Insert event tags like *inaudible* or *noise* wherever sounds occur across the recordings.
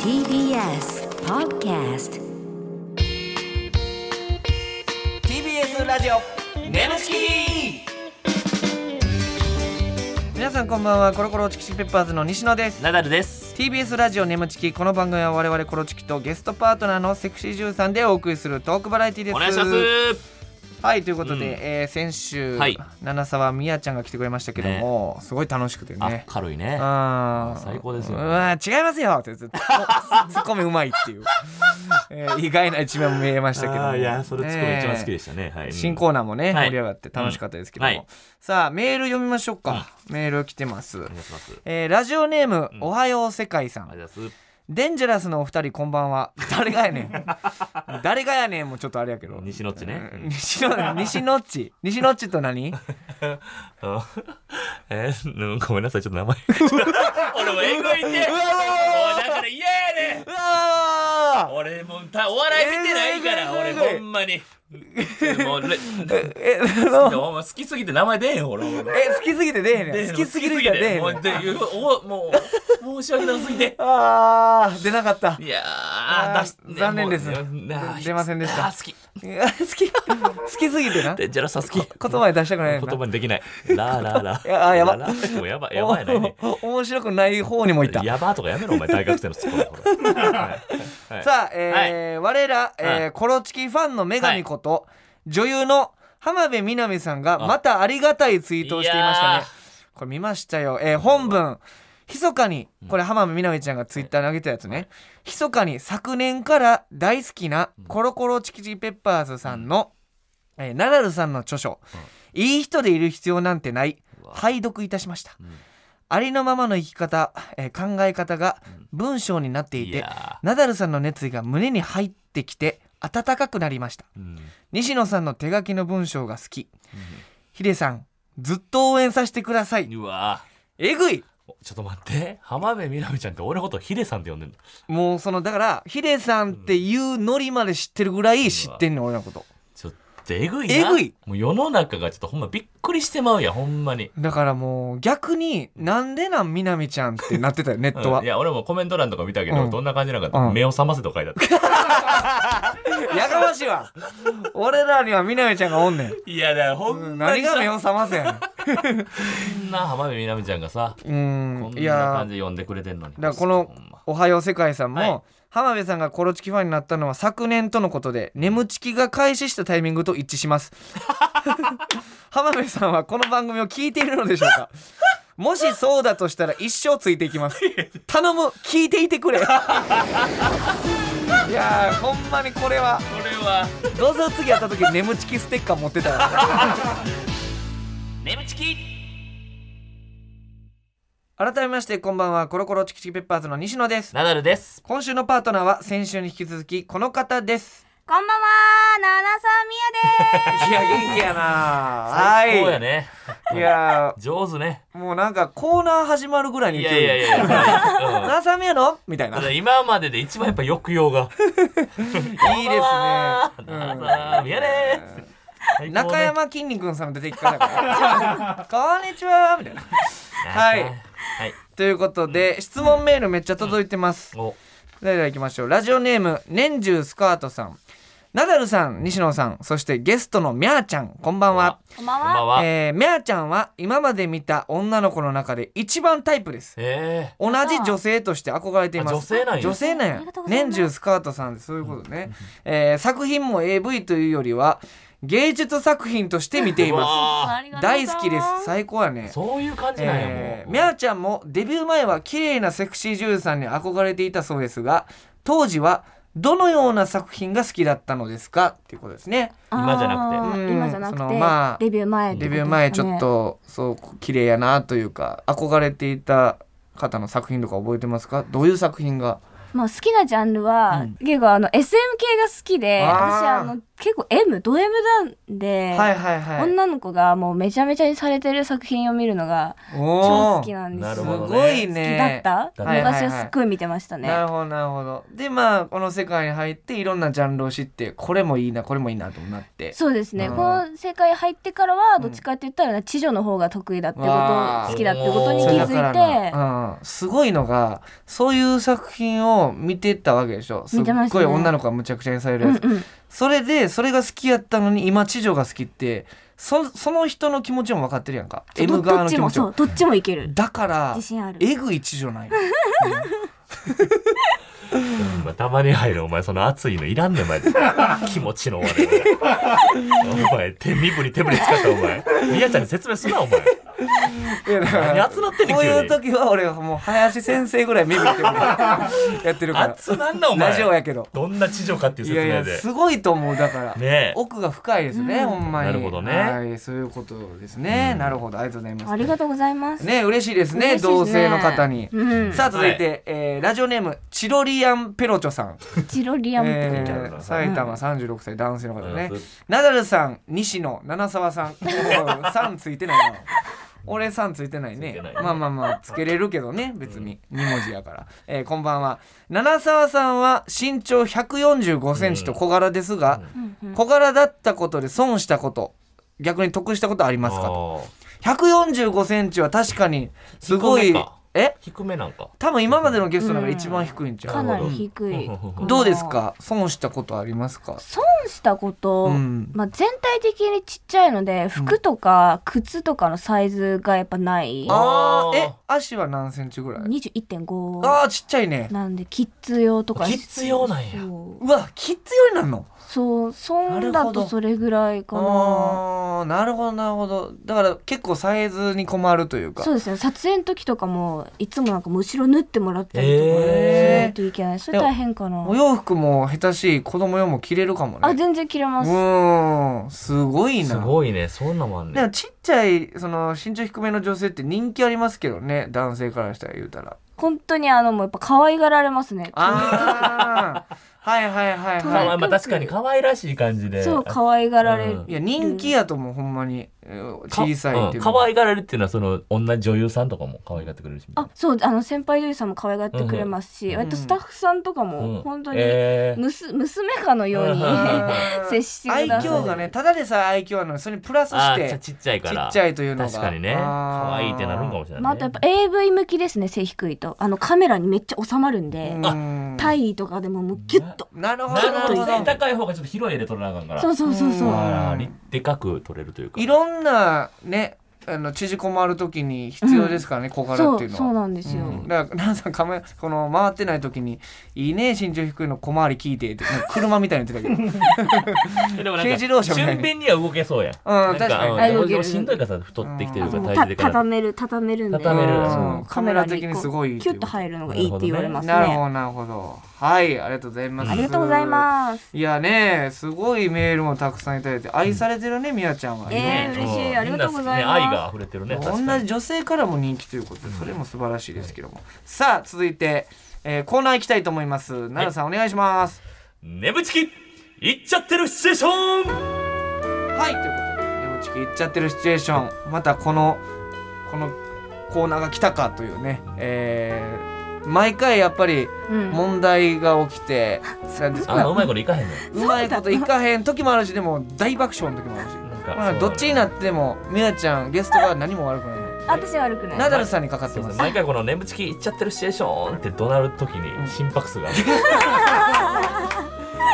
TBS Podcast TBS ラジオムチ皆さんこんばんはコロコロチキチキペッパーズの西野ですナダルです。 TBS ラジオネムチキこの番組は我々コロチキとゲストパートナーのセクシージュンさんでお送りするトークバラエティですお願いします。はいということで、うんえー先週、はい七沢みやちゃんが来てくれましたけども、すごい楽しくてあね、明るいね。あー最高ですよねうわー違いますよってずっとツッコミうまいっていう、えー意外な一面も見えましたけども *laughs* あーいや、それツッコミ一番好きねでしたね。はい。新コーナーもね、はい盛り上がって楽しかったですけども、うんはいさあメール読みましょうか、メール来てます、お願いします。えーラジオネーム、んおはよう世界さん、ありがとうございます。デンジャラスのお二人こんばんは誰がやねん *laughs* 誰がやねんもちょっとあれやけど西のっちねうん西 *laughs* の西のっち西のっちと何あ *laughs* えーうんごめんなさい、ちょっと名前。 *laughs* 俺も英語言って。うもわうだから嫌やねうわ俺もうたお笑い見てないから、え俺ーほんまに。もうれーえそのお前好きすぎて名前出えへん、俺。俺え好きすぎて出えへんやん好きすぎるから出えへんもやうんでおもう、申し訳なさすぎて。あー出なか *laughs* ったいやあーー、出し残念ですもうな出ませんでしたあー好き。好き好きすぎてなデンジャラスは好き。言葉に出したく *laughs* ない言よな葉にできない。ラーラーラー。やあーやばラーラーもうやば、やばいね。お面白くない方にもいたやばとかやめろ、お前、大学生のツッコミ *laughs* ほら。はいさあ、えー我ら、えーはコロチキファンの女神こと、女優の浜辺美波さんがまたありがたいツイートをしていましたいやねーこれ見ましたよ、えー本文密かにこれ浜辺美波ちゃんがツイッターに上げたやつね密かに昨年から大好きなコロコロチキチキペッパーズさんの、えーナダルさんの著書「いい人でいる必要なんてない」うわ拝読いたしました、んありのままの生き方、えー考え方が文章になっていいて、やナダルさんの熱意が胸に入ってきて温かくなりましたーうん西野さんの手書きの文章が好きヒデさんずっと応援させてくださいうわえぐいーちょっと待って。浜辺美波ちゃんって俺のことヒデさんって呼んでんの。もうそのだからヒデさんっていうノリまで知ってるぐらい知ってんねん俺のことちょっとえぐいな。えぐいもう世の中がちょっとほんまびっくりしてまうやん、ほんまに。だからもう逆になんでなんみなみちゃんってなってたよネットうはんいや、俺もコメント欄とか見たけうんど、どんな感じなのかうとん目を覚ませとか書いてあった。やかましいわ俺らにはみなみちゃんがおんねん *laughs* いや、だからほうんんま何にがさ目を覚ませんこんな浜辺美波ちゃんがさ、 *laughs* うこんんいなや感じで呼んでくれてんのに。だからこのほんま「おはよう世界」さんも、はい浜辺さんがコロチキファンになったのは昨年とのことで眠チキが開始したタイミングと一致します *laughs* 浜辺さんはこの番組を聞いているのでしょう *laughs* かもしそうだとしたら一生ついていきます頼む聞いていて *laughs* くれいやーほんまにこれはこれは。どうぞ次会った時眠チキステッカー持ってたらネムチキ改めましてこんばんはコロコロチキチキペッパーズの西野ですナダルです。今週のパートナーは先週に引き続きこの方ですこんばんは、ななさみやでいや元気やなは最高やいね。いや上手ね。もうなんかコーナー始まるぐらいにい言っやていやいるやいや。うん何歳目やのみたいなたいいだ *laughs* 今までで一番やっぱ抑揚が。ですねあーやれー最高ね中山きんに君さんの出てき方から「 *laughs* こんにちは」みたいなはいはい。ということで質問メールめっちゃ届いてますお、ではでは行きましょうラジオネーム年中スカートさんナダルさん西野さんそしてゲストのみゃーちゃん *laughs* こんばんはす。こんばんこんばんは。は。えーみゃーちゃんは今まで見た女の子の中で一番タイプですえ同じ女性として憧れていますあ女性なんや女性なんやありがとうございま年す中スカートさんでそういうことね、えー作品も AV というよりは芸術作品として見ていーうまわありがすとうござい大ます好きです。最高やねー。そういう感じなんやえもーう。みゃーちゃんもデビュー前は綺麗なセクシー女優さんに憧れていたそうですが当時はどのような作品が好きだったのですかっていうことですね今じゃなくてあーうん今じゃなくそのまあて、デビュー前ってデことですかね。ビュー前ちょっとそう綺麗やなというか憧れていた方の作品とか覚えてますかどういう作品がまあ好きなジャンルは、結構あの SM 系が好きで、あー私あの結構 M ド M なんで、はいはいはい女の子がもうめちゃめちゃにされてる作品を見るのが超お好きなんですなよるすほどねごい好きだっねたはいはいはい昔はすっごい見てましたね、なるほどなるほどでまあこの世界に入っていろんなジャンルを知ってこれもいいなこれもいいなとなってそうですね、うんこの世界入ってからはどっちかって言ったら地上の方が得意だってことわあ好きだってことに気そうづだからいてな、うん、すごいのがそういう作品を見てたわけでしょすっ見てましたごいね女の子がむちゃくちゃにされるうやんつ、うんそれでそれが好きやったのに今地上が好きってそその人の気持ちも分かってるやんかそうど M 側どっのち気も持ちそもうどっちもいけるだから自信あるえぐい地上ないのまあたまに入るお前その熱いのいらんね *laughs* んお前気持ちの悪いお前手身振り手振り使ったお前みやちゃんに説明すなお前いやだから何集まってんねんこういう急時は俺はもう林先生ぐらい目見て *laughs* るやってるから熱なんだお前ラジオやけどどんな地上かっていうい説やい明やですごいと思うだから、ねえ奥が深いですね、ほんまになるほどねはいそういうことですね、なるほどありがとうございますありがとうございます、ね嬉しいですね嬉しいですね同性の方に、うん、さあ続いて、えーラジオネームチロリアンペロチョさんチロリアンってこと、えー埼玉36歳男性の方ね、うんナダルさん西野七沢さん *laughs* もう3ついてないな俺3ついてないねついてないねまあまあまあつけれるけどね別に2文字やから、えーこんばんは七沢さんは身長1 4 5ンチと小柄ですが、うんうん小柄だったことで損したこと逆に得したことありますかとあー1 4 5ンチは確かにすご低いめかえ低めなんか多分今までのゲストの中で一番低いんちゃう、かなり低いうんどうですか損したことありますか損したこと、うんまあ、全体的にちっちゃいので服とか靴とかのサイズがやっぱない、あーあーえ足は何センチぐらい21.5あーちっちゃいねなんでキッズ用とかキッズ用なんやそううわキッズよりなんのそうな損るほだどとそれぐらいかなあーなるほどなるほどだから結構サイズに困るというかそうですね撮影の時とかもいつもなんかもう後ろ縫ってもらったりとかしへーないといけないそれ大変かなお洋服も下手しい子供用も着れるかもねあ全然切れうますーんすごいなすごいねそんなもんあんでねもちっちゃいその身長低めの女性って人気ありますけどね男性からしたら言うたら本当にあのもうやっぱ可愛がられますねああはいはいはい可まあまはあまあ確かに可愛らしい感じでそう可愛がられる、うんいいや人気やともうほんまにえー小さいっていうかのうん可愛がられるっていうのはその女女優さんとかも可愛がってくれるしあそうあの先輩女優さんも可愛がってくれますし、ん割とスタッフさんとかうんも本当にえーむす、娘かのようにうん接してく愛ださい嬌がねただでさえ愛嬌なのにそれにプラスしあーてちゃちっちゃいからちっちゃいというのが確かにねあー可愛いってなるんかもしれないね、 *laughs* まあ、あとやっぱ AV 向きですね背低いとあのカメラにめっちゃ収まるんで、うん体位とかでももうギュッと、なるほなるほどなどねるほど高い方がちょっと広い絵で撮らなあかんからそうそうそうそう、うんあーでかく撮れるというかいろんなねあの縮こまるときに必要ですからね、小柄っそていううのはそうなんですよ、うんだから奈々さんカメこの回ってない時に「いいね身長低いの小回り聞いて」ってなんか車みたいに言 *laughs* ってたけどでもなんか軽自動車みたいに *laughs* 俊敏には動けそうやんうん確かになんあ動けでるもしんどいからさ太ってきてあるかとらもう体重たでから畳める畳めるんで畳めるそううんカメラにカメラ的こにうすごいってキいうことュッと入るのがいいって言われますねなるほどなるほどはいありがとうございますありがとうございますいやねすごいメールもたくさんいただいて愛されてるねみやちゃんはね、えー嬉しいうんありがとうございますみんな好きね愛が溢れてるね確かに同じ女性からも人気ということでそれも素晴らしいですけども、さあ続いて、えーコーナー行きたいと思います奈良さん、お願いします眠ちき行っちゃってるシチュエーションはいということで「ネムチキ行っちゃってるシチュエーション」またこのこのコーナーが来たかというね、えー毎回やっぱりうん問題が起きて、なんですあんまうかまいこといかへんのうまいこといかへん時もあるしでも大爆笑の時もあるし、なんかまあ、そうどっちになってもみやちゃんゲストが何も悪 *laughs* くない私悪くないナダルさんにかかってそうまですすね毎回この眠ちき行っちゃってるシチュエーションって怒鳴るときに心拍数が上がる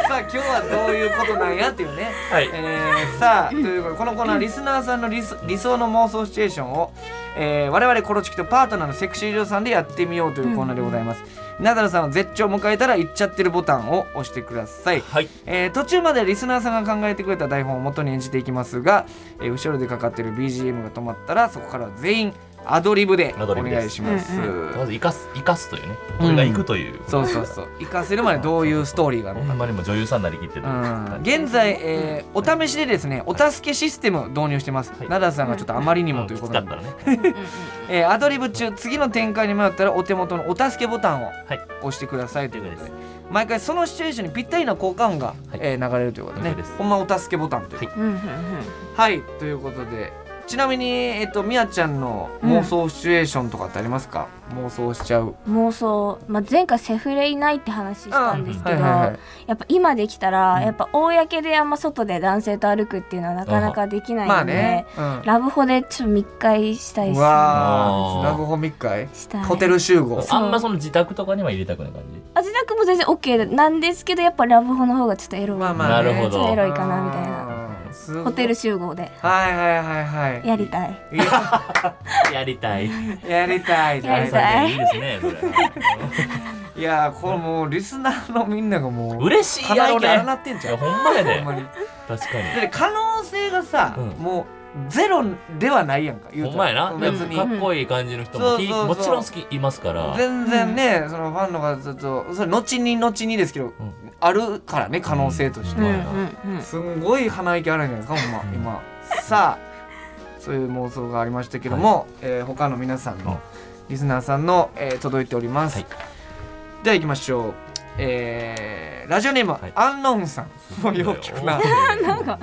さあ今日はどういうことなんやっていうね、はいえーさあということでこのコーナーリスナーさんの理想理想の妄想シチュエーションを、えー我々コロチキとパートナーのセクシー女優さんでやってみようというコーナーでございます、ナダルさんは絶頂を迎えたら行っちゃってるボタンを押してください、はいえー途中までリスナーさんが考えてくれた台本を元に演じていきますが、えー後ろでかかってる BGM が止まったらそこからは全員アドリブでアおドリブです願いします。うまず生かす生かすというねこれが行くという、そうそうそう行かせるまでどういうストーリーがあるほのかんまにもう女優さんなりきってる、うん現在、えーお試しでですねお助けシステム導入してます、はいナダさんがちょっとあまりにもというきこつとかなんっでたらねえーアドリブ中次の展開に迷ったらお手元のお助けボタンをはい押してくださいとといいううここととで,、です毎回そのシチュエーションにぴったりな効果音が、えー流れるということでね了解ですほんまお助けボタンといううんうんうんはいということでちなみにえっとみやちゃんの妄想シチュエーションとかってありますか、妄想しちゃう妄想、まあ、前回セフレいないって話したんですけど、うんはいはいはいやっぱ今できたら、んやっぱ公であんま外で男性と歩くっていうのはなかなかできないので、まあね、うんラブホでちょっと密会したいしうわーあーラブホ密会したいホテル集合あんまその自宅とかには入れたくない感じあ自宅も全然 OK なんですけどやっぱラブホの方がちょっとエロい、まあまあ、なるほどちょっとエロいかなみたいななホテル集合ではいはいはいはいやりたいや *laughs* やりたいやりたい *laughs* やりたいいいですねそれいやーこれもうリスナーのみんながもう嬉しい鼻やんのけ穴なってんいじゃや *laughs* んほほんまやでんまにだ確かって可能性がさ、うんもうゼロではないやんかにうほんたまらやなで別もにかっこいい感じの人そうもそうきそうもちろん好きいますから全然ね、そのファンの方ずっとそれ後に後にですけど、んあるからね可能性として、うんうんまあうんすんごい鼻息荒いんじゃないですかほんま今さあそういう妄想がありましたけども、えー他の皆さんの、うんリスナーさんの、えー届いております、はいでは行きましょうえーラジオネーム、はいアンノーンさんもうよう聞くな *laughs* なんか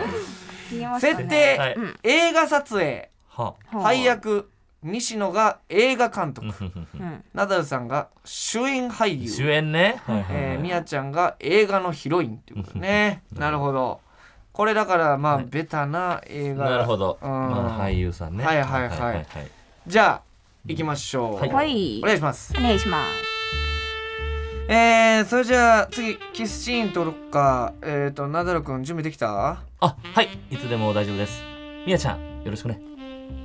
言えましたね設定、はいうん映画撮影はほ *laughs* う配役西野が映画監督、うんナダルさんが主演俳優主演ねはいはいはいえー、みやちゃんが映画のヒロインっていうことねなるほどこれだからまあ、ベタな映画なるほどうんまあ俳優さんねはいはいはいじゃあ行きましょう、はいはいお願いしますお願いしますえー、それじゃあ次キスシーン撮るかえっ、ー、とナダルくん準備できたあはいいつでも大丈夫ですみやちゃんよろしくね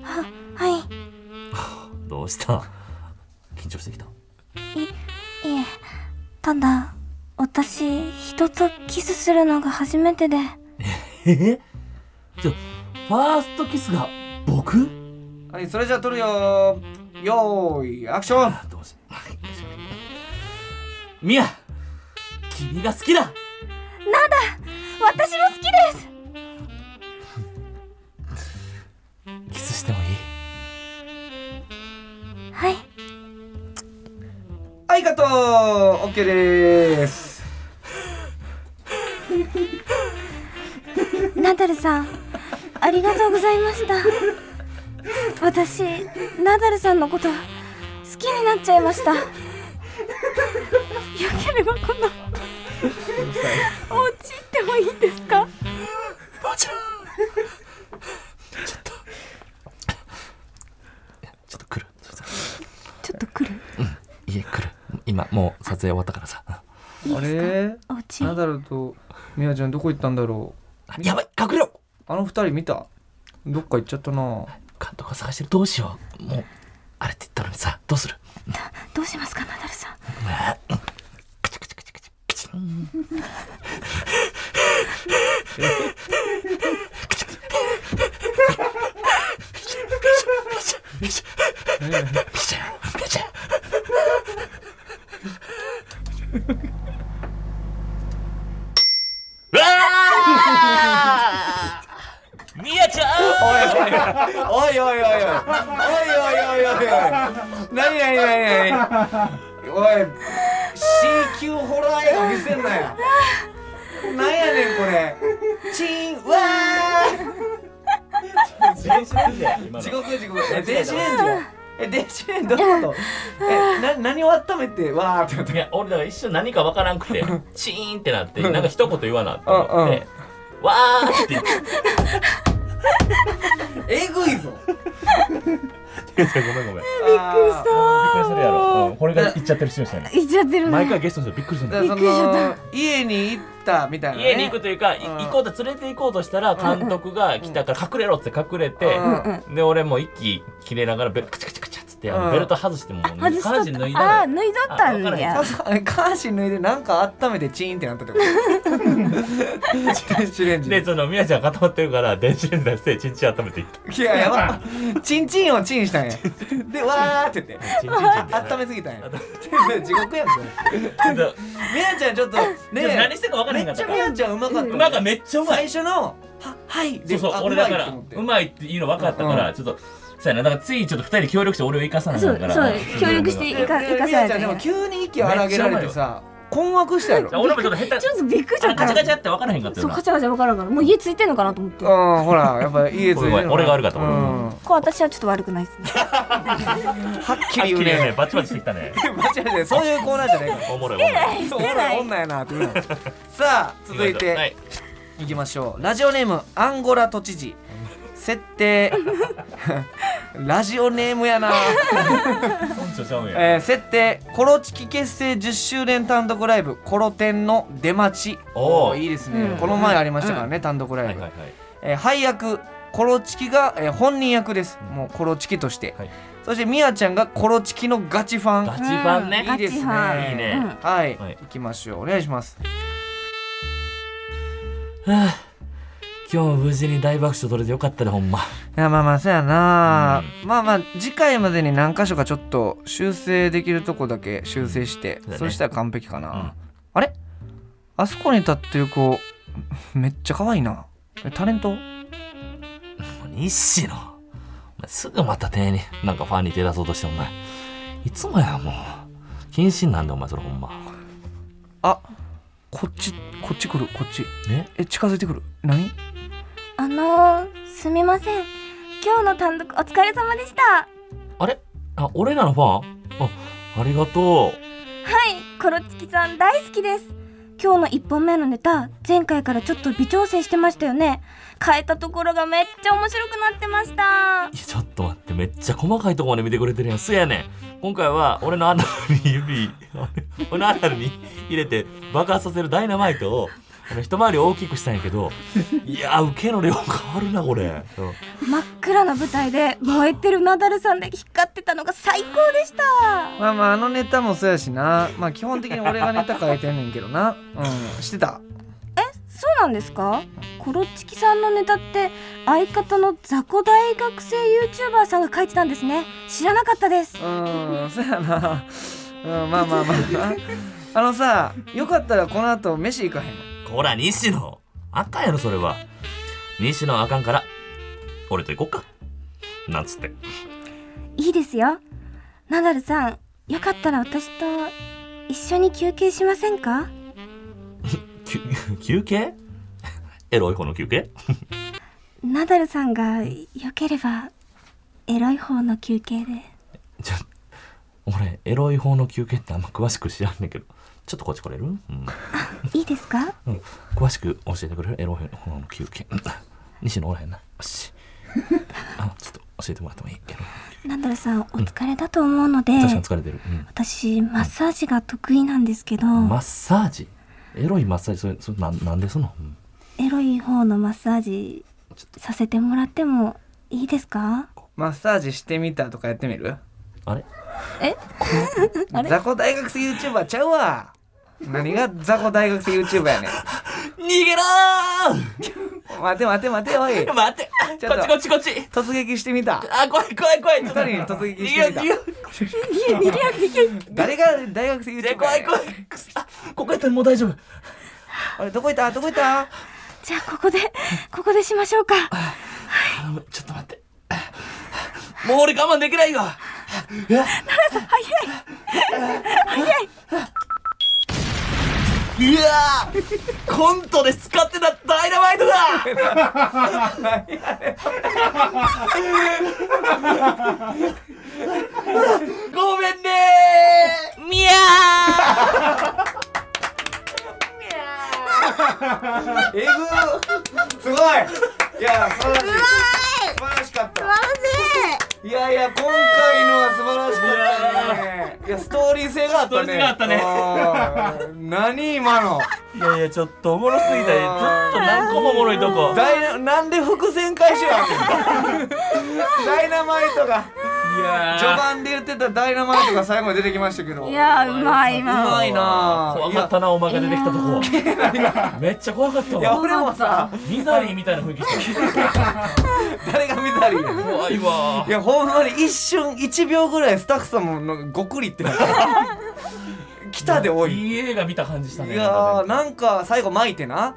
はいどうした緊張してきたいえただ私人とキスするのが初めてでえじゃファーストキスが僕はいそれじゃあ撮るよよーいアクションどうしみや君が好きだ私も好きですキスしてもいいはいはいカット OK でーすナダルさんありがとうございました私ナダルさんのこと好きになっちゃいましたよければこのお家行ってもいいですかばあちゃんちょっとちょっと来るちょっとちょっと来る家来る今もう撮影終わったからさいいあですかれお家ナダルとみやちゃんどこ行ったんだろうやばい隠れろあの二人見たどっか行っちゃったな監督が探してるどうしようもうあれって言ったのにさどうするどうしますかナダルさんピシャーピシャーうわーみやちゃんおいおいおいおいおいおいおいおいおいおいなになになになにおい C 級ホラー映画見せんなよなんやねんこれチーンわー地獄地獄え電子レンジはえ電子レンジどういうことえな何を温めてわーってなったいや俺だから一瞬何かわからんく *laughs* てチーンってなってなんか一言言わなって思ってわー *laughs* って言ってえぐいぞごめんごめんびっくりびっくりしするやろ、うん、これが言っちゃってるシーンしたよね行っちゃってる毎ね回ゲストの人びっくりするんだだよからその家に行ったみたいなね家に行くというか、いうん行こうと連れて行こうとしたら監督が来たから隠れろって隠れて、うんで俺も息切れながらベカチャカチャカチャっつってってあのうんベルト外してもう外下しと半身っ脱いた。あだあ、の脱いだったんあわからへやあ。そうあれ下半身脱いでなんか温めてチーンってなったってこと *laughs* 電子レンジででそのみやちゃん固まってるから電子レンジ出してチンチン温めていったいややばチンチンをチンしたんやでわーって言ってチンチンチンって温めすぎたんや地獄やんこれちょっとみやちゃんちょっとねちょっと何してんか分からめへんかっっちたゃかみらやちゃんうまかったなんかめっちゃうまい最初の「ははい」そうでそうあ俺だうかまいらってう思ってまいっていうの分かったからちょっとそうやなだからついちょっと二人で協力して俺を生かさないそう、からそう、協力していか、でいかみさやれちゃたんんでもや。ち急に息を荒げられてさ困惑したやろじゃあ俺もちょっと下手ょっとびっくりしちゃあっガチャガチた。ャって分からへんかっそたよう、なカチャカチャわからんから、もう家ついてんのかなと思って。こうんほらやっぱ家ついてるのな俺が悪かった俺うんはう、私はちょっと悪くないですね。っきはっりき言うりねねバチバチしてきたね *laughs* 間違えてそういうコーナーじゃない *laughs* からおもろいおもろいそうほら女やなって言うのさあ続いはていいきましょうラジオネームアンゴラ都知事設定 *laughs* ラジオネームやな根性ちゃうんやえー設定コロチキ結成10周年単独ライブコロテンの出待ちおーーいいですね、うんこの前ありましたからね、単独ライはブ、いはいはいえー配役コロチキが、えー本人役です、もうコロチキとして、はいそしてミヤちゃんがコロチキのガチファンガチファンねうんいいですねガチファンいいねうんはい、はいい、きましょうお願いしますはあ今日も無事に大爆笑取れてよかったねほんまいやまあまあそうやな、まあまあ次回までに何箇所かちょっと修正できるとこだけ修正して、そうだねそしたら完璧かな、うんあれあそこに立ってる子めっちゃ可愛いなえタレント西野お前すぐまた手になんかファンに手出そうとしてお前いつもやもう謹慎なんだお前それほんまあこっちこっち来るこっちええ近づいてくる何あのー、すみません。今日の単独お疲れ様でした。はあれあ俺らのファンあありがとい、コロチキさん大好きです。今日の一本目のネタ、前回からちょっと微調整してましたよね。変えたところがめっちゃ面白くなってましたう。いやちょっと待ってめっちゃ細かいとこまで見てくれてるやんすやねん今回は俺のアナルに指 *laughs* あれ俺のアナルに入れて爆発させるダイナマイトをあの一回り大きくしたんやけどいや受けの量変わるなこれ、うん真っ暗な舞台で燃えてるナダルさんで光ってたのが最高でした。まあまああのネタもそうやしなまあ基本的に俺がネタ変えてんねんけど *laughs* なうんしてたそうなんですかコロチキさんのネタって相方の雑魚大学生 YouTuber さんが書いてたんですね。知らなかったです。うんそうやなうんまあ *laughs* まあまあなあのさよかったらこの後飯行かへんこら西野あかんやろそれは西野あかんから俺と行こっかなんつっていいですよ。ナダルさん、よかったら私と一緒に休憩しませんかきゅ休憩エロい方の休憩ナダルさんが良ければエロい方の休憩で。ちょ俺エロい方の休憩ってあんま詳しく知らんねんけどちょっとこっち来れる、うんいいですかうん、詳しく教えてくれるエロい方の休憩 *coughs* うん西野おらへんなよし *coughs* あちょっと教えてもらってもいいエロいナダルさん、お疲れだと思うので、確かに疲れてる、うん私、マッサージが得意なんですけど、マッサージエロいマッサージそれそれなんなんですの、うんエロい方のマッサージさせてもらってもいいですかマッサージしてみたとかやってみるあれえあれ雑魚大学生 YouTuber ちゃうわ何が雑魚大学生 YouTuber やねん逃げろー *laughs* 待て待て待ておい待ってちょっとっちこっち突撃してみたあ怖い怖い怖い二人に突撃してみた誰が大学生 YouTuber やねんいあここやったらもう大丈夫あれどこ行ったどこ行ったじゃあ、ここで、ここでしましょう *laughs* か。頼むちょっと待ってもう俺我慢できないよ早い早いいやーコントで使ってたダイナマイトだごめんねーみやえぐすごいいや素晴らしい素晴らしかったいやいや今回のは素晴らしかったねいやストーリー性があったねストーリー性があったねね何今のーいやいやちょっとおもろすぎたねちょっと何個もおもろいとこダイナなんで伏線回収あんのダイナマイトがやー序盤で言ってたダイナマイトが最後に出てきましたけど。いやーうまい今うまいなぁ怖かったなお前が出てきたとこめっちゃ怖かったいやわ俺もさ、ミザリーみたいな雰囲気してる誰が見たりやねん。怖いわいやほんまに一瞬1秒ぐらいスタッフさんもなんかごくりってなった来たでおいいいい映画見た感じしたねやーんかなんか最後巻いてなね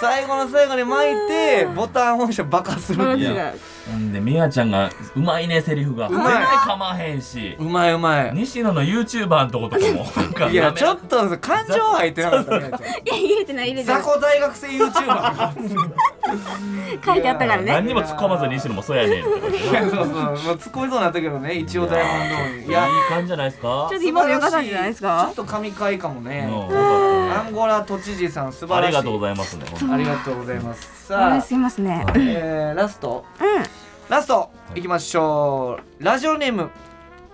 最後の最後に巻いてボタン押して爆発するっていいうやうんなんでミヤちゃんがうまいねセリフがうまい絶対かまへんしうまいうまい西野の YouTuber のとことかもなんか *laughs* いやなめちょっと感情入ってなかったねいや入れてない入れてな雑い魚大学生 *laughs* YouTuber 書いてあったからね何にも突っ込まず西野もそうやねんとか言っていやそうそうもう突っ込みそうになったけどね一応台本通りいいややいい感じじゃないですかちょっと今の良かったんじゃないですちょかっと神回かもねうんよかアンゴラ都知事さん素ったねあ晴らしいりがとうございますねほんとありがとうございますこされあすいますねえーラストうんラストいきましょうラジオネーム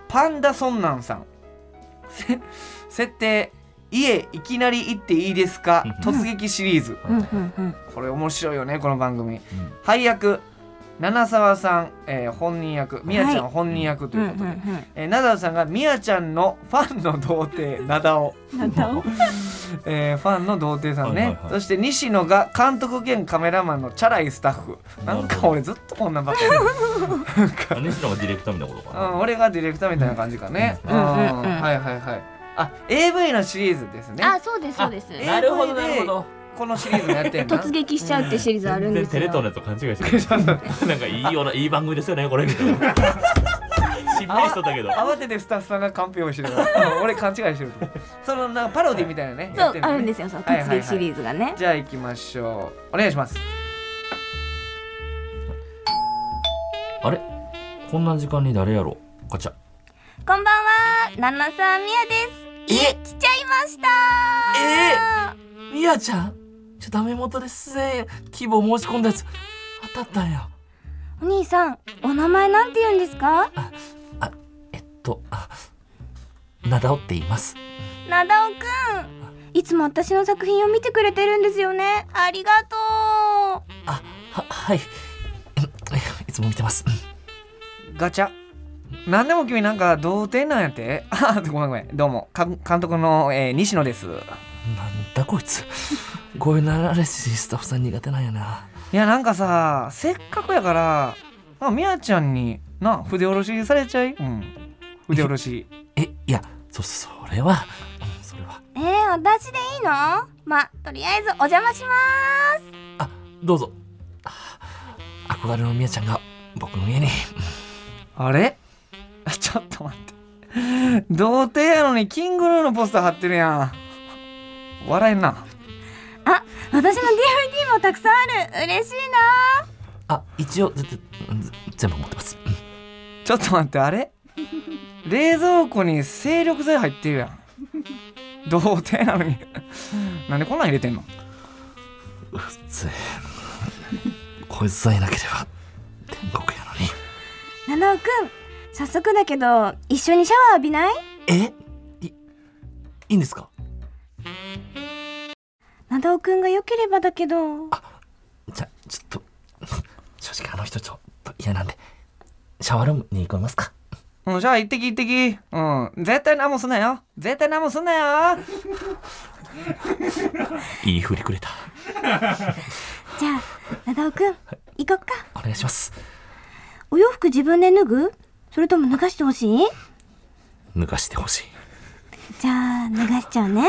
パンダソンナンさんせ設定家いきなり行っていいです *laughs* か突撃シリーズうんうんうんこれ面白いよねこの番組、ん配役七沢さん、えー本人役みやちゃん本人役とうんいううことで、んえーナダルさんがみやちゃんのファンの童貞 *laughs* ナダオ、うんなんだえーファンの童貞さんね、はいはいはいそして西野が監督兼カメラマンのチャラいスタッフなんなるほかど俺ずっとこんな *laughs* んばっかり西野がディレクターみたいなことかう、なん俺がディレクターみたいな感じかね。ううんん、うんうんはいはいはい。あ、AV のシリーズですね。あそうですそうですえなるほどなるほどこのシリーズもやってん *laughs* な。突撃しちゃうってシリーズある全んで然すテよレ東のやつと勘違いしてるなんかいいようないい番組ですよねこれみたいなしっぺりしとったけど慌ててスタッフさんがカンペをしてるから。うん俺勘違いしてると思う。そのなんかパロディみたいなね。やそっうてあるんねですよその突撃シリーズがねじゃあ行きましょう。お願いします。あれこんな時間に誰やろガチャこんばんはナナさんみやですえ来ちゃいましたみやちゃんちょダメ元ですぜ希望申し込んだやつ当たったんやお兄さんお名前なんて言うんですかあえっとあなだおって言いますなだおくんいつも私の作品を見てくれてるんですよねありがとうあははい *coughs* いつも見てますガチャ。なんでも君なんか童貞なんやって。 *laughs* あ、ごめんごめん。どうも。かん監督の、えー西野です。なんだこいつこういうなられしスタッフさん苦手なんやないやなんかさ、せっかくやから、まあ、みやちゃんにな筆下ろしされちゃい。うん。筆下ろし。えいやそそれはうんそれはえー、私でいいのまあとりあえずお邪魔しますあどうぞあ憧れのみやちゃんが僕の家に *laughs* あれ *laughs* ちょっと待って。童貞やのにキングルーのポスター貼ってるやん。笑えんな。あ私の DVD もたくさんある嬉しいなあ一応ぜぜ全部持ってますちょっと待って、あれ冷蔵庫に精力剤入ってるやん。童貞なのに。なんでこんなん入れてんのうっぜこいつさえなければ天国やのにななおくん早速だけど一緒にシャワー浴びないえいいいんですかなだおくんが良ければだけどじゃちょっと *laughs* 正直あの人ちょっと嫌なんでシャワールームに行きますかうん、じゃあ一滴一滴。うん。絶対何もすんなよ。絶対何もすんなよ。いい振りくれたじゃあなだおくん行こっかお願いしますお洋服自分で脱ぐそれとも脱がしてほしい脱がしてほしいじゃあ脱がしちゃうね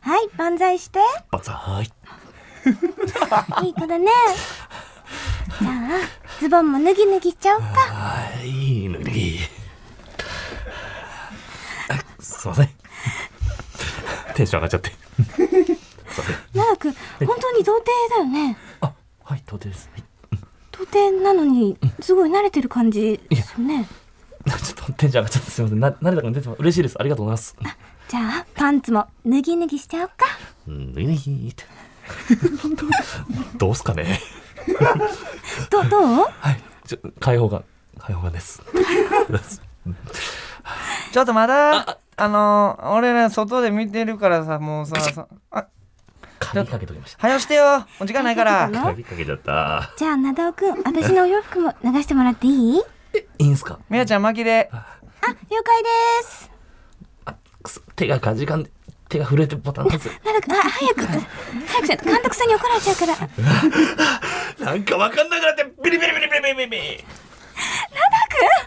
はい万歳してバザーイいい子だねじゃあズボンも脱ぎ脱ぎしちゃおうかはいい脱ぎあすいませんテンション上がっちゃってすいませんななくん本当に童貞だよねあはい到底です、はい童貞なのにすごい慣れてる感じですよね *laughs* ちょっとテンション上がっちゃってすみません。な慣れたかに出てます。嬉しいです。ありがとうございます。じゃあパンツも脱ぎ脱ぎしちゃおうかうん、ぬいぬい *laughs* って。どうすかね。どうどうはい。ちょ解放が解放が *laughs* です。ちょっとまだ、あのー、俺ら外で見てるからさ、もうさ、さあ、鍵かけときました。はよしてよ。もう時間ないから。鍵かけちゃった。じゃあなだおくん私のお洋服も脱がしてもらっていいいいんすかみなちゃん巻きであ、了解です。あくそ手がかじかんで手が震えてボタン立つなんか、あ、早 *laughs* く、早くせんと監督さんに怒られちゃうから。なん *laughs* なんかわかんなくなってビリビリビリビリビリビリ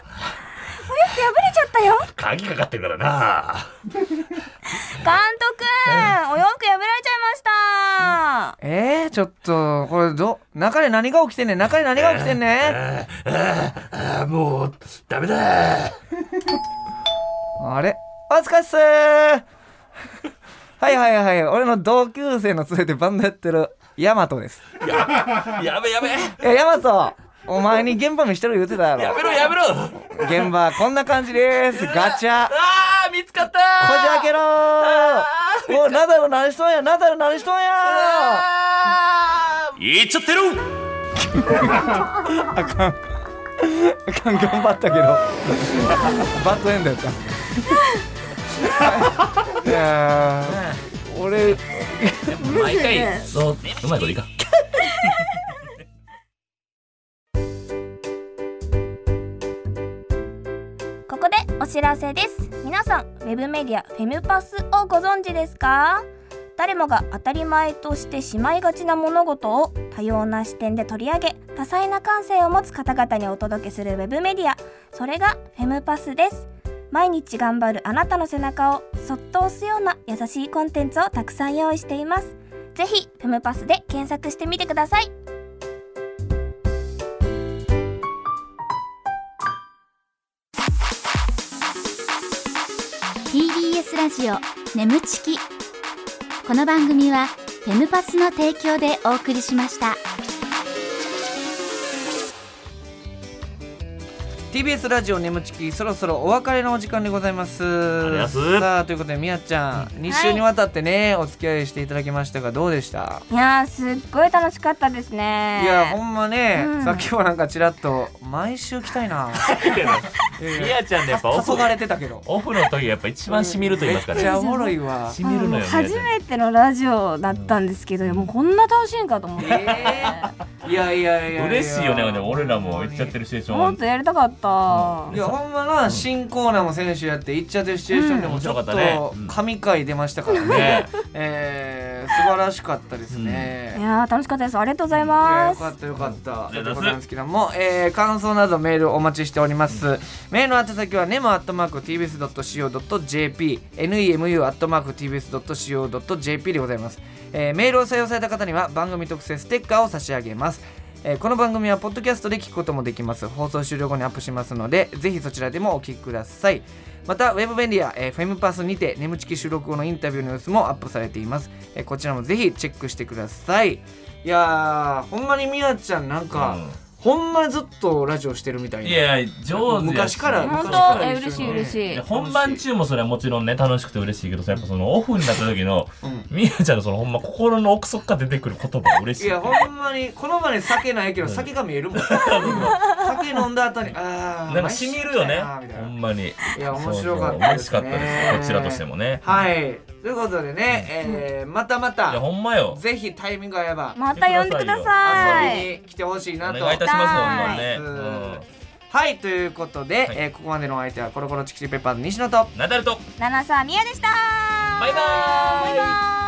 破れちゃったよ。鍵かかってるからな監督、お洋服破られちゃいました。えー、ちょっとこれど中で何が起きてんねん中で何が起きてんねんああああもうダメだあれお疲れっすーはいはいはい俺の同級生の連れてバンドやってるヤマトですややべやべいやヤマトお前に現場見してる言うてたややろめろやめろ現場こんな感じですガチャこあー見つかったじ開けろーおいナダル何しとんやナダル何しとんや言っちゃってるあかん頑張ったけどバッドエンドやったいやー俺毎回そううまいこといかんここでお知らせです。皆さん、ウェブメディアフェムパスをご存知ですか誰もが当たり前としてしまいがちな物事を多様な視点で取り上げ多彩な感性を持つ方々にお届けするウェブメディアそれがフェムパスです毎日頑張るあなたの背中をそっと押すような優しいコンテンツをたくさん用意していますぜひフェムパスで検索してみてください「TBS ラジオ眠ちき」この番組は「フェムパス」の提供でお送りしました TBS ラジオ眠ちきそろそろお別れのお時間でございますりがとうございますさあということでみやちゃん2週にわたってね、お付き合いしていただきましたがどうでしたいやーすっごい楽しかったですねいやほんまね、うんさっきもなんかちらっと毎週来たいないやちゃんねやっぱオ黄フ昏れてたけどオフの時やっぱ一番しみると言いますかめっちゃらおねもろいわしみるのよ初めてのラジオだったんですけど、もうこんな楽しいんかと思って、いやいやいやや嬉しいよね俺らも言っちゃってるシチュエーシもョっンとやりたかったいやほんまな新コーナーも選手やっていっちゃってるシチュエーションでもちょっうん面と白かったねうん神回出ましたからねね、えー、素晴らしかったですね、いやー楽しかったですありがとうございいやまよすかったよかった。んということなんですけども、えー、感想などメールお待ちしております。メールの宛先は nemo.tbs.co.jp、nemu.tbs.co.jp でございます、えーメールを採用された方には番組特製ステッカーを差し上げます。えーこの番組はポッドキャストで聞くこともできます。放送終了後にアップしますので、ぜひそちらでもお聞きください。また、ウェブ便利や、えー、フェムパスにて、眠ちき収録後のインタビューの様子もアップされています。えーこちらもぜひチェックしてください。いやー、ほんまにみやちゃんなんか、うんほんまずっとラジオしてるみたいな。いや上手やし昔から本昔か当らえ一緒嬉しいにね嬉しいいや本番中もそれはもちろんね楽しくて嬉しいけどさやっぱそのオフになった時のうんみやちゃんのそのほんま心の奥底から出てくる言葉嬉しいいやほんまにこの場で酒ないけど酒が見えるもん *laughs* 酒飲んだ後にあーなんかしみるよね毎週来たなみたいほなんまにいや面白かそうそうったです嬉ねしかったですこちらとしてもねはいということでね、えーまたまいやたほんまよぜひタイミング合えばまた呼んでください遊びに来てほしいおなと願いいたしますほんまにねううんんはいということで、はいえーここまでのお相手はコロコロチキチキペッパーズ西野とナダルとナナサミヤでしたバイバーバイイバーイ